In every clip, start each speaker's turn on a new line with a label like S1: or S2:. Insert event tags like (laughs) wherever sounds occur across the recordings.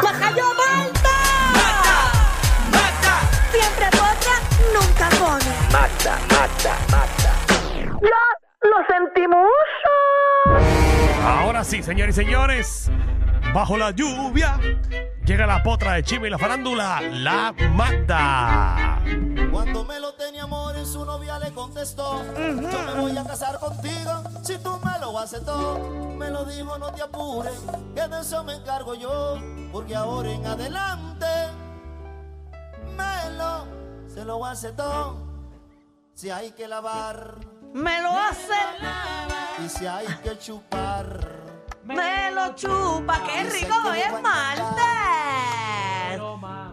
S1: ¡Majayo Malta!
S2: ¡Mata! ¡Mata!
S1: Siempre potra, nunca pone.
S2: ¡Mata, mata, mata!
S1: ¡Ya lo sentimos!
S3: Ahora sí, señores y señores, bajo la lluvia llega la potra de Chime y la farándula, la Magda.
S4: Cuando me lo tenía amor y su novia le contestó, yo me voy a casar contigo si tú me lo aceptó. Me lo dijo, no te apures, que de eso me encargo yo, porque ahora en adelante me lo se lo aceptó. Si hay que lavar
S5: Me lo hace,
S4: y si hay que chupar.
S5: me lo chupa. ¡Qué rico hoy es martes!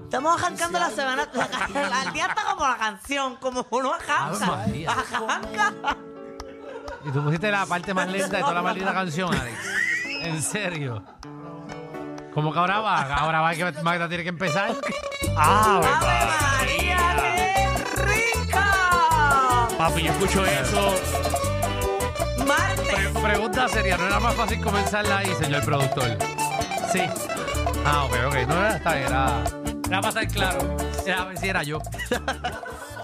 S5: Estamos arrancando la semana. El día está como la canción, como uno arranca.
S6: Ave María.
S5: Arranca.
S6: Y tú pusiste la parte
S3: (laughs)
S6: más lenta de toda la maldita canción, Alex. En serio. Como que ahora va, ahora va que Magda tiene que empezar.
S3: ¡Ah,
S5: ¡Ave María, qué rica!
S3: papi, yo escucho eso.
S5: Martes.
S6: Pregunta seria, ¿no era más fácil comenzarla ahí, señor productor? Sí. Ah, ok, ok. No era esta, era. Era para estar claro. Era a ver si era yo.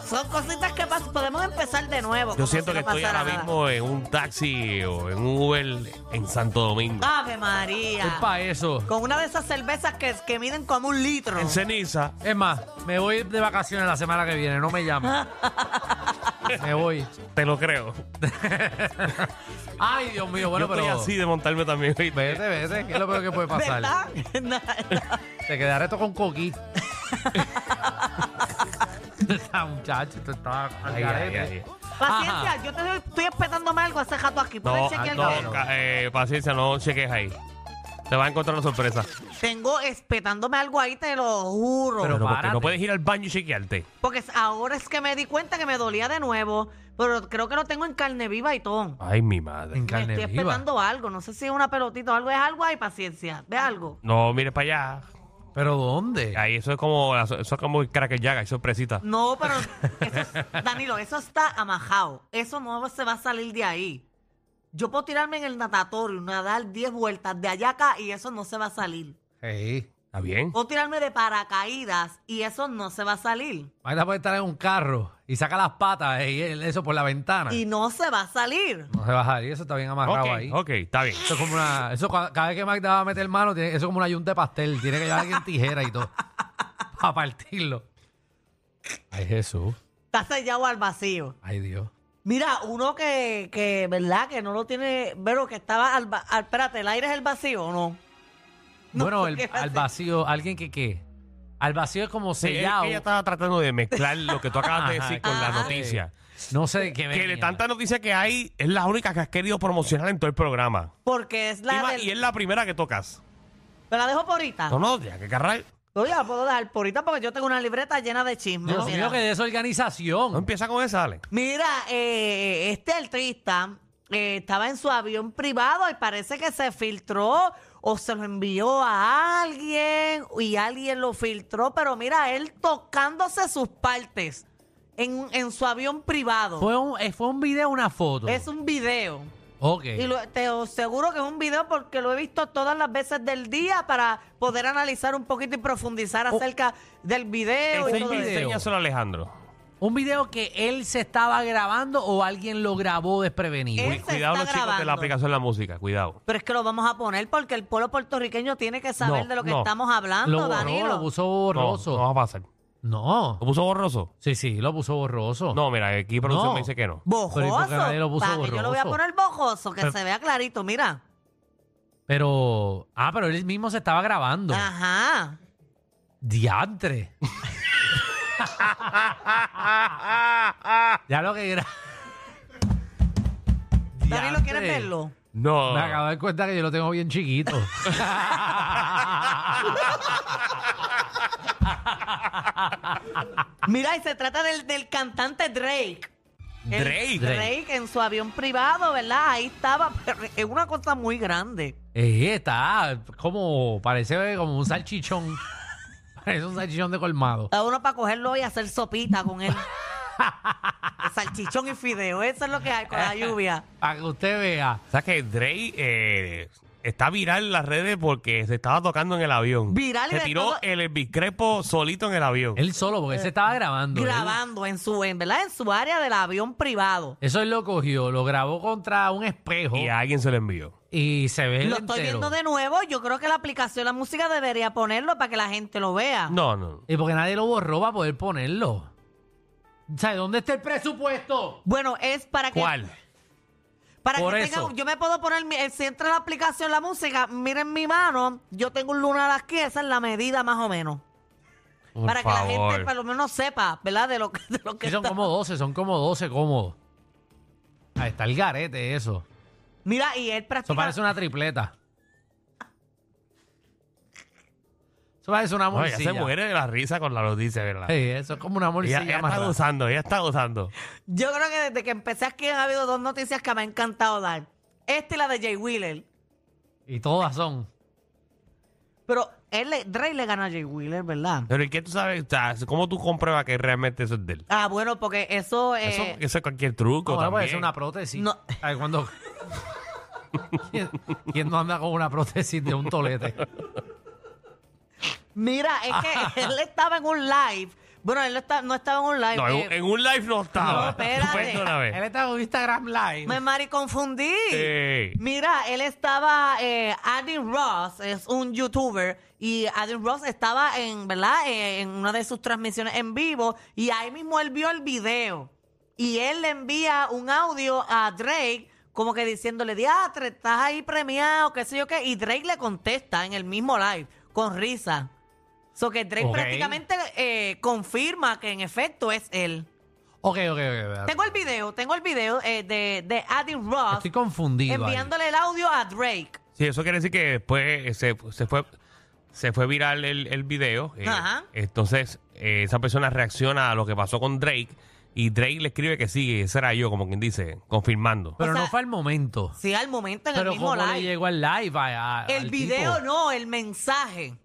S5: Son cositas que pasan. Podemos empezar de nuevo.
S3: Yo
S5: como
S3: siento
S5: si
S3: que
S5: no
S3: estoy
S5: pasara
S3: ahora
S5: nada.
S3: mismo en un taxi o en un Uber en Santo Domingo.
S5: ¡Ave
S6: Es
S5: María!
S6: para eso.
S5: Con una de esas cervezas que, que miden como un litro.
S3: En ceniza.
S6: Es más, me voy de vacaciones la semana que viene, no me
S3: (laughs)
S6: llames. me voy.
S3: Te lo creo.
S6: Ay, Dios mío, bueno,
S3: yo
S6: pero.
S3: estoy así de montarme también. ¿viste?
S6: Vete, vete, que es lo peor que puede pasar.
S5: ¿Verdad? (laughs)
S3: (laughs)
S5: Nada.
S6: Te quedaré esto con coquí. (laughs) Esta muchacha, esto está al
S3: Ay, ay,
S6: garete.
S3: ay.
S5: Paciencia,
S6: Ajá.
S5: yo te doy- estoy espetándome algo hace rato aquí. Puedes
S3: No, ah,
S5: chequear
S3: no,
S5: el
S6: dedo.
S3: ca- eh, paciencia, no cheques ahí. Te vas a encontrar una sorpresa.
S5: Tengo espetándome algo ahí, te lo juro.
S6: Pero-
S3: Pero porque
S6: párate.
S3: no puedes ir al baño y chequearte.
S5: Porque es- ahora es que me di cuenta que me dolía de nuevo. Pero creo que lo tengo en carne viva y todo.
S3: Ay, mi madre.
S6: En
S5: Me
S6: carne
S5: estoy
S6: viva.
S5: esperando algo. No sé si es una pelotita o algo. Es algo ahí, paciencia. Ve algo.
S3: No, mires para allá.
S6: ¿Pero dónde?
S3: Ahí eso es como la- eso es como el cracker Jack, hay sorpresita.
S5: No, pero eso es- Danilo, eso está amajado. Eso no se va a salir de ahí. Yo puedo tirarme en el natatorio, nadar 10 vueltas de allá acá y eso no se va a salir.
S6: Ey,
S3: ¿Está bien?
S5: Puedo tirarme de paracaídas y eso no se va a salir.
S6: Magda puede estar en un carro y saca las patas y eso por la ventana.
S5: Y no se va a salir.
S6: No se va a salir, eso está bien amarrado
S3: Ok,
S6: ahí.
S3: ok, está bien.
S6: Eso es como una. Eso, cua- cada vez que Magda va a meter mano, tiene- eso es como una yunta de pastel. Tiene que llevar a alguien tijera y todo. (laughs) Para partirlo. Ay, Jesús.
S5: Está sellado al vacío.
S6: Ay, Dios.
S5: Mira, uno que, que ¿verdad? Que no lo tiene. Pero que estaba al, va- al- Espérate, ¿el aire es el vacío o no? No,
S6: Bueno, el-
S5: ¿qué va a
S6: al
S5: ser?
S6: vacío, alguien que qué. Al vacío es como
S3: Sí,
S6: sellado.
S3: ella estaba tratando de mezclar lo que tú acabas de
S6: Ajá,
S3: decir con la noticia.
S6: No sé de qué
S3: Ah, Que
S6: venía.
S3: de tanta noticia que hay, es la única que has querido promocionar en todo el programa.
S5: Porque es
S3: y,
S5: la.
S3: va-
S5: del- Ah.
S3: y es la primera que tocas.
S5: ¿Me la dejo por ahorita?
S3: No, no, ya que carral.
S5: No, ya la puedo dejar por ahorita porque yo tengo una libreta llena de chismes.
S6: Dios
S5: mira.
S6: mío, qué
S3: No
S6: desorganización.
S3: empieza con esa, Ale.
S5: Mira, eh, este artista eh, estaba en su avión privado y parece que se filtró o se lo envió a alguien y alguien lo filtró, pero mira, él tocándose sus partes en, en su avión privado.
S6: Fue un, eh, fue un video, una foto.
S5: Es un video.
S6: Ok.
S5: Y lo- te aseguro que es un video porque lo he visto todas las veces del día para poder analizar un poquito y profundizar acerca del video. y
S3: Enseña-
S5: todo eso.
S6: video.
S3: Enséñaselo a Alejandro.
S6: Un video que él se estaba grabando o alguien lo grabó desprevenido.
S5: Él
S3: Uy,
S5: se
S3: Eh, cuidado
S5: está
S3: los chicos de la
S5: grabando.
S3: aplicación de la música, cuidado.
S5: Pero es que lo vamos a poner porque el pueblo puertorriqueño tiene que saber
S3: No,
S5: de lo que
S3: no.
S5: estamos hablando,
S6: Lo borró,
S5: Danilo.
S6: lo puso
S3: No, no va
S6: borroso.
S3: a pasar.
S6: No.
S3: ¿Lo puso borroso?
S6: Sí, sí, lo puso borroso.
S3: No, mira, aquí producción
S6: No.
S3: me dice que no.
S6: Pero ¿y por qué
S5: Bojoso.
S6: nadie lo puso
S5: Pa' que yo lo voy a
S6: borroso?
S5: poner bojoso, que
S6: Pero-
S5: se vea clarito, mira.
S6: Pero. Ah, pero él mismo se estaba grabando.
S5: Ah. Ajá.
S3: (laughs)
S6: Diantre. ya lo que era.
S5: Danilo, ¿quieres verlo?
S3: No.
S6: Me acabo de dar cuenta que yo lo tengo bien chiquito.
S5: Mira, y se trata del, del cantante Drake. El
S3: Drake.
S5: Drake en su avión privado, ¿verdad? Ahí estaba. pero es una cosa muy grande.
S6: Eh, está como, parece como un salchichón. Parece un salchichón de colmado.
S5: Da uno para cogerlo y hacer sopita con
S6: (laughs)
S5: él.
S6: (laughs)
S5: Salchichón y fideo. Eso es lo que hay con la lluvia.
S6: Para que usted vea.
S3: O sea que Dre eh, está viral en las redes porque se estaba tocando en el avión.
S5: Viral y
S3: Se
S5: de
S3: tiró
S5: todo-
S3: el Elvis Crespo solito en el avión.
S6: Él solo, porque él se estaba grabando. ¿eh? él-
S5: grabando en su, en, ¿verdad? En su área del avión privado.
S6: Eso él lo cogió, lo grabó contra un espejo
S3: Y a alguien se lo envió.
S6: y se ve el
S5: Lo estoy
S6: entero.
S5: viendo de nuevo. Yo creo que la aplicación La Música debería ponerlo para que la gente lo vea.
S3: No, no.
S6: Y porque nadie lo borró para poder ponerlo. ¿Sabes dónde está el presupuesto?
S5: Bueno, es para que...
S6: ¿Cuál?
S5: Para
S6: Por
S5: que
S6: eso.
S5: tenga- yo me puedo poner, mi- eh, si entra en la aplicación la música, miren mi mano, yo tengo un lunar aquí, esa es la medida más o menos.
S3: Por
S5: para que la gente
S3: favor.
S5: por lo menos sepa, ¿verdad? De lo que, de lo que
S6: Sí, son
S5: está.
S6: como 12, son como 12 cómodos. Ahí está el garete, eso.
S5: Mira, y él
S6: Eso
S5: practica.
S6: parece una tripleta. Eso parece una
S3: No, ella
S6: morcilla.
S3: se muere de la risa con la noticia, ¿verdad?
S6: Sí, eso es como una
S3: ella
S6: morcilla.
S3: ella está
S6: amarrada.
S3: gozando, ella está gozando.
S5: Yo creo que desde que empecé aquí han habido dos noticias que me ha encantado dar. Esta y la de Jay Wheeler.
S6: y todas son.
S5: Pero él le, Drake le gana a Jay Wheeler, ¿verdad?
S6: Eh.
S3: Pero ¿y qué tú sabes? O sea, ¿Cómo tú compruebas que realmente eso es de él?
S5: Ah, bueno, porque eso... eh,
S3: Eso, eso es cualquier truco.
S6: No, bueno, puede
S3: también.
S6: ser una prótesis.
S5: No.
S6: Ay, cuando- ¿Quién, quién no anda con una prótesis de un
S3: (laughs)
S6: tolete?
S5: Mira, es
S3: (laughs)
S5: que él estaba en un live. Bueno, él no está- no estaba en un live.
S3: No, en,
S5: eh,
S3: un- en un live no estaba. (laughs)
S5: No, espérate.
S3: Perdóname.
S6: está en Instagram Live.
S5: Me mariconfundí.
S3: Sí.
S5: Mira, él estaba, eh, Adam Ross es un youtuber y Adam Ross estaba en, ¿verdad? Eh, en una de sus transmisiones en vivo y ahí mismo él vio el video y él le envía un audio a Drake como que diciéndole, diatre, estás ahí premiado, qué sé yo qué, y Drake le contesta en el mismo live con risa. So que Drake
S6: Ok.
S5: prácticamente eh, confirma que en efecto es él.
S6: Ok, ok, ok.
S5: Tengo el video, tengo el video eh, de, de Adam Ross
S6: Estoy confundido. ahí.
S5: enviándole el audio a Drake.
S3: Sí, eso quiere decir que después eh, se, se fue se fue viral el, el video. eh,
S5: Ajá.
S3: Entonces, eh, esa persona reacciona a lo que pasó con Drake y Drake le escribe que sí, ese era yo, como quien dice, confirmando.
S6: Pero
S5: o sea,
S6: no fue al momento.
S5: Sí, al momento en
S6: Pero
S5: el mismo
S6: ¿cómo le
S5: live.
S6: llegó al live? a- a-
S5: El
S6: al
S5: video
S6: tipo?
S5: no, el mensaje.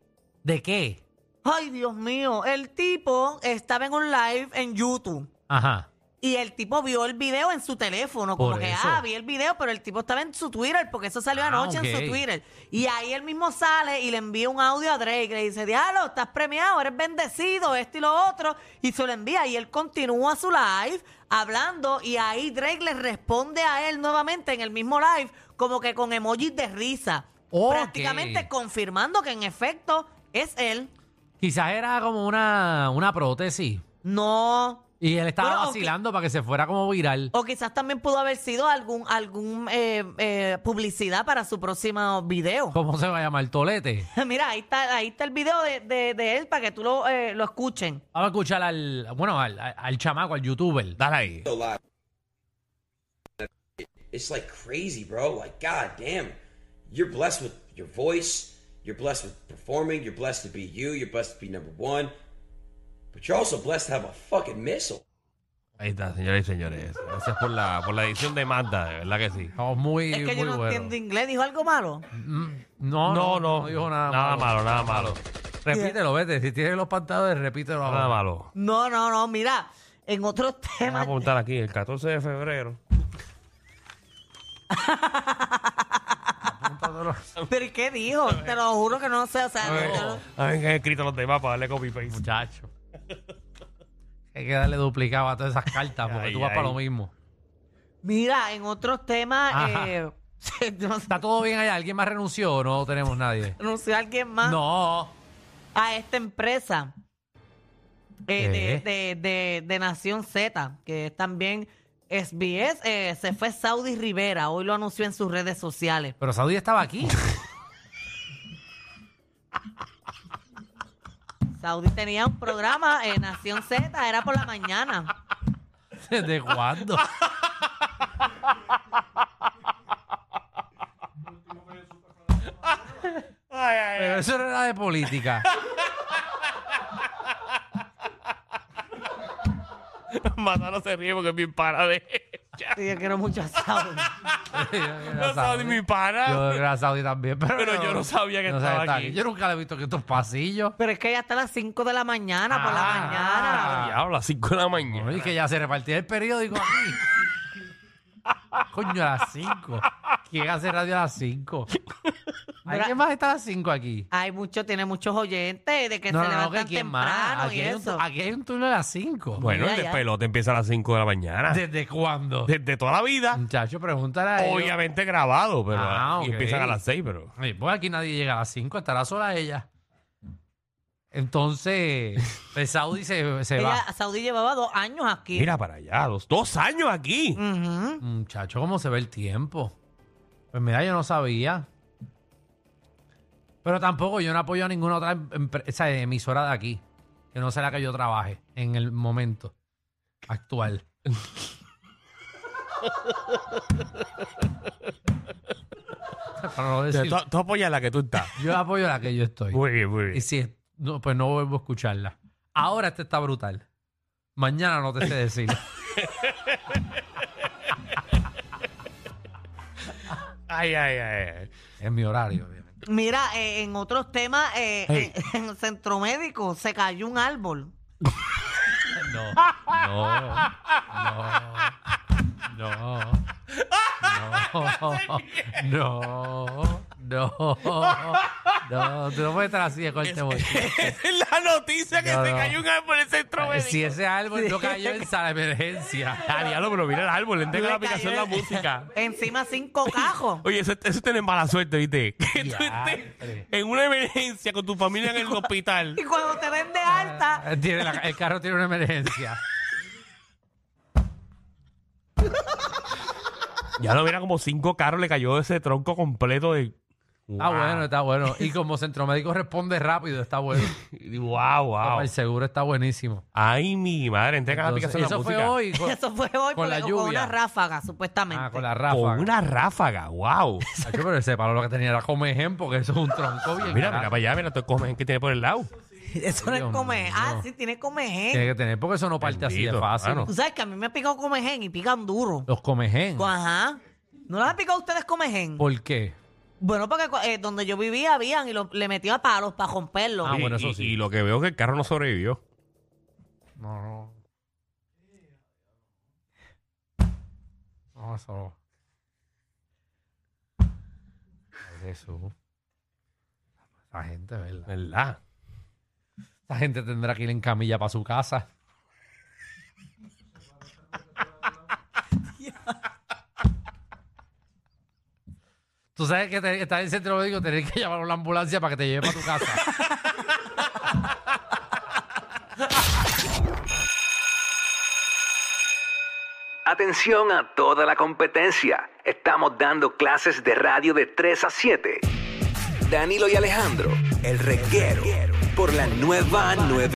S6: ¿De qué?
S5: Ay, Dios mío. El tipo estaba en un live en YouTube.
S6: Ajá.
S5: Y el tipo vio el video en su teléfono, como
S6: Por
S5: que,
S6: eso.
S5: ah, vi el video, pero el tipo estaba en su Twitter, porque eso salió
S6: Ah,
S5: anoche en
S6: ok.
S5: su Twitter. Y ahí él mismo sale y le envía un audio a Drake, le dice, diablo, estás premiado, eres bendecido, esto y lo otro, y se lo envía. Y él continúa su live hablando y ahí Drake le responde a él nuevamente en el mismo live, como que con emojis de risa,
S6: Ok.
S5: prácticamente confirmando que en efecto es él.
S6: Quizás era como una, una prótesis.
S5: No,
S6: Y él estaba
S5: Bueno, o
S6: vacilando para que se fuera como viral.
S5: O quizás también pudo haber sido algún, algún eh, eh, publicidad para su próximo video. (laughs)
S6: ¿Cómo se va a llamar? ¿Tolete?
S5: Mira, ahí está, ahí está el video de, de- de él para que tú lo, eh, lo escuchen.
S6: Vamos a escuchar al, bueno, al, al- al chamaco, al youtuber.
S3: Dale ahí.
S7: go live. It's like crazy, bro. Like, god damn, you're blessed with your voice. You're blessed with performing. You're blessed to be you. You're blessed to be number one. But you're also blessed to have a fucking missile.
S3: Ahí está, señores y señores. Gracias por la, por la edición de Manda, de verdad que sí.
S6: Estamos muy,
S5: es que yo
S6: muy
S5: no
S6: bueno.
S5: entiendo inglés. ¿Dijo algo malo?
S6: No,
S3: No, no,
S6: dijo nada, malo.
S3: malo, nada malo.
S6: Repítelo, vete. Si tienes los pantalones, repítelo.
S3: Nada malo.
S5: No, no, no. Mira, en
S6: (laughs)
S5: otros
S3: Voy a
S5: temas.
S3: apuntar aquí, el 14 de febrero.
S5: (laughs) ¿Pero ¿y qué dijo? Te lo juro que no sé. O sea, yo no-
S3: A ver qué han escrito los demás para darle (laughs) copy-paste.
S6: Muchacho. Hay que darle duplicado a todas esas cartas porque
S3: Ay,
S6: tú vas
S3: ay.
S6: para lo
S5: (laughs)
S6: mismo.
S5: mira, en otros temas.
S6: Ajá.
S5: Eh, yo no sé,
S6: ¿Está todo bien allá? ¿Alguien más renunció o no tenemos nadie?
S5: anunció a alguien más
S6: No.
S5: a esta empresa eh,
S6: ¿Qué?
S5: de, de- de- de Nación Z, que es también SBS, eh, se fue Saudi Rivera, hoy lo anunció en sus redes sociales.
S6: Pero Saudi estaba aquí.
S5: Saudi tenía un programa, eh, Nación Z, era por la mañana.
S6: ¿Desde cuándo? Pero eso no era de
S3: (laughs)
S6: política.
S3: Matano se ríe porque es mi pana de (laughs) ella.
S5: Sí, yo quiero mucho a Saudi.
S6: Yo era
S3: No sabe mi pana.
S6: Yo era Saudi también, pero,
S3: Pero yo no sabía que
S6: sabía
S3: estaba
S6: estar
S3: aquí.
S6: Yo nunca le he visto que estos pasillos.
S5: Pero es que ya está a las 5 de la mañana, por la
S6: Ah.
S5: mañana.
S3: Diablo, a las 5 de la mañana.
S6: Oye, que ya se repartía el periódico aquí. Coño, a las 5. ¿Quién hace radio a las 5? ¿Alguien más está a las 5 aquí?
S5: Hay mucho, tiene muchos oyentes de que se levantan temprano
S6: Aquí
S5: y
S6: hay, un, ah,
S5: eso.
S6: tu- aquí hay un turno a las 5.
S3: Bueno,
S5: Mira
S3: el de
S5: ya.
S3: pelota empieza a las 5 de la (laughs) mañana. Mm.
S6: ¿Desde cuándo?
S3: Desde toda la vida.
S6: Muchacho, pregúntale a ellos.
S3: Obviamente grabado, pero
S6: Ah,
S3: y
S6: ok.
S3: empiezan a las 6, pero.
S6: Oye, Pues aquí nadie llega a las 5, estará sola ella. Entonces, el Saudi se, se va.
S5: Ella, Saudi llevaba dos años aquí.
S3: Mira para allá, dos, dos años aquí.
S5: Ujú.
S6: Muchacho, ¿cómo se ve el tiempo? Pues mira, yo no sabía. Pero tampoco yo no apoyo a ninguna otra empre- esa emisora de aquí, que no sea la que yo trabaje en el momento actual. Para no
S3: O sea,
S6: decir-
S3: Tú, tú apoyas la que tú estás. (laughs)
S6: yo apoyo la que yo estoy.
S3: Muy bien, muy
S6: Y
S3: bien.
S6: si es- no, pues no vuelvo a escucharla. Ahora esta está brutal. Mañana no te sé (laughs) decir.
S3: Ay, ay, ay. (laughs)
S6: es mi horario, obviamente.
S5: Mira, eh, en otros temas, eh,
S3: Hey.
S5: en- (laughs) en el centro médico se cayó un árbol.
S6: No, no, no, no, no, no, no. Tú no puedes estar así de corte boche.
S3: Es la noticia que
S6: No,
S3: se
S6: no.
S3: cayó un árbol en el centro médico.
S6: Si
S3: (laughs)
S6: ese árbol no cayó en sala de emergencia. (laughs)
S3: Ah, diablo, pero mira el árbol, le tengo
S5: Le
S3: la aplicación de la
S5: cayó el-
S3: música.
S5: Encima cinco cajos.
S3: (laughs) Oye, eso, eso tiene mala suerte, ¿viste? (laughs) Que tú
S6: Diantre.
S3: estés en una emergencia con tu familia en el hospital.
S5: Y cuando te den de alta,
S6: Tiene la- el carro tiene una emergencia.
S3: Ya lo mira como cinco carros le cayó ese tronco completo de.
S6: Está Ah, bueno, está bueno. Y como centro médico responde rápido, está (laughs) bueno.
S3: Wow, wow.
S6: El seguro está buenísimo.
S3: Ay, mi madre, entrega la
S6: Entonces,
S3: aplicación de la
S6: eso
S3: música.
S6: fue hoy. con-
S5: eso fue hoy
S6: ah. Con la
S5: porque- o con
S6: lluvia.
S5: una ráfaga, supuestamente.
S6: ah, con la
S3: Con
S6: ráfaga.
S3: una ráfaga,
S6: (laughs)
S3: wow.
S6: Nacho, pero ese palo lo que tenía era como ejemplo, que eso es un tronco bien.
S3: Mira, mira
S6: grande.
S3: para allá, mira todo el comején que tiene por el lado.
S5: (laughs) Eso no es
S6: Dios
S5: come.
S6: mío.
S5: Ah, sí, tiene comején.
S6: Tiene que tener, porque eso no parte así de
S3: Bendito,
S6: fácil.
S3: claro.
S5: Tú sabes que a mí me ha picado comején y pican duro.
S6: Los comején.
S5: Ajá. ¿No les ha picado a ustedes comején?
S6: ¿Por qué?
S5: Bueno, porque cu- eh, donde yo vivía habían y lo- le metía palos para romperlo.
S6: Ah,
S3: y,
S6: bueno, eso
S3: y-
S6: sí.
S3: y lo que veo es que el carro no sobrevivió.
S6: No, no. No, eso no. Ay, Jesús. Esa gente, ¿verdad?
S3: ¿Verdad?
S6: Esa gente tendrá que ir en camilla para su casa. Tú sabes que te- estás en el centro médico, tenés que llamar a una ambulancia para que te lleve para tu casa.
S8: Atención a toda la competencia. Estamos dando clases de radio de 3 a 7. Danilo y Alejandro, el reguero, por la nueva 9.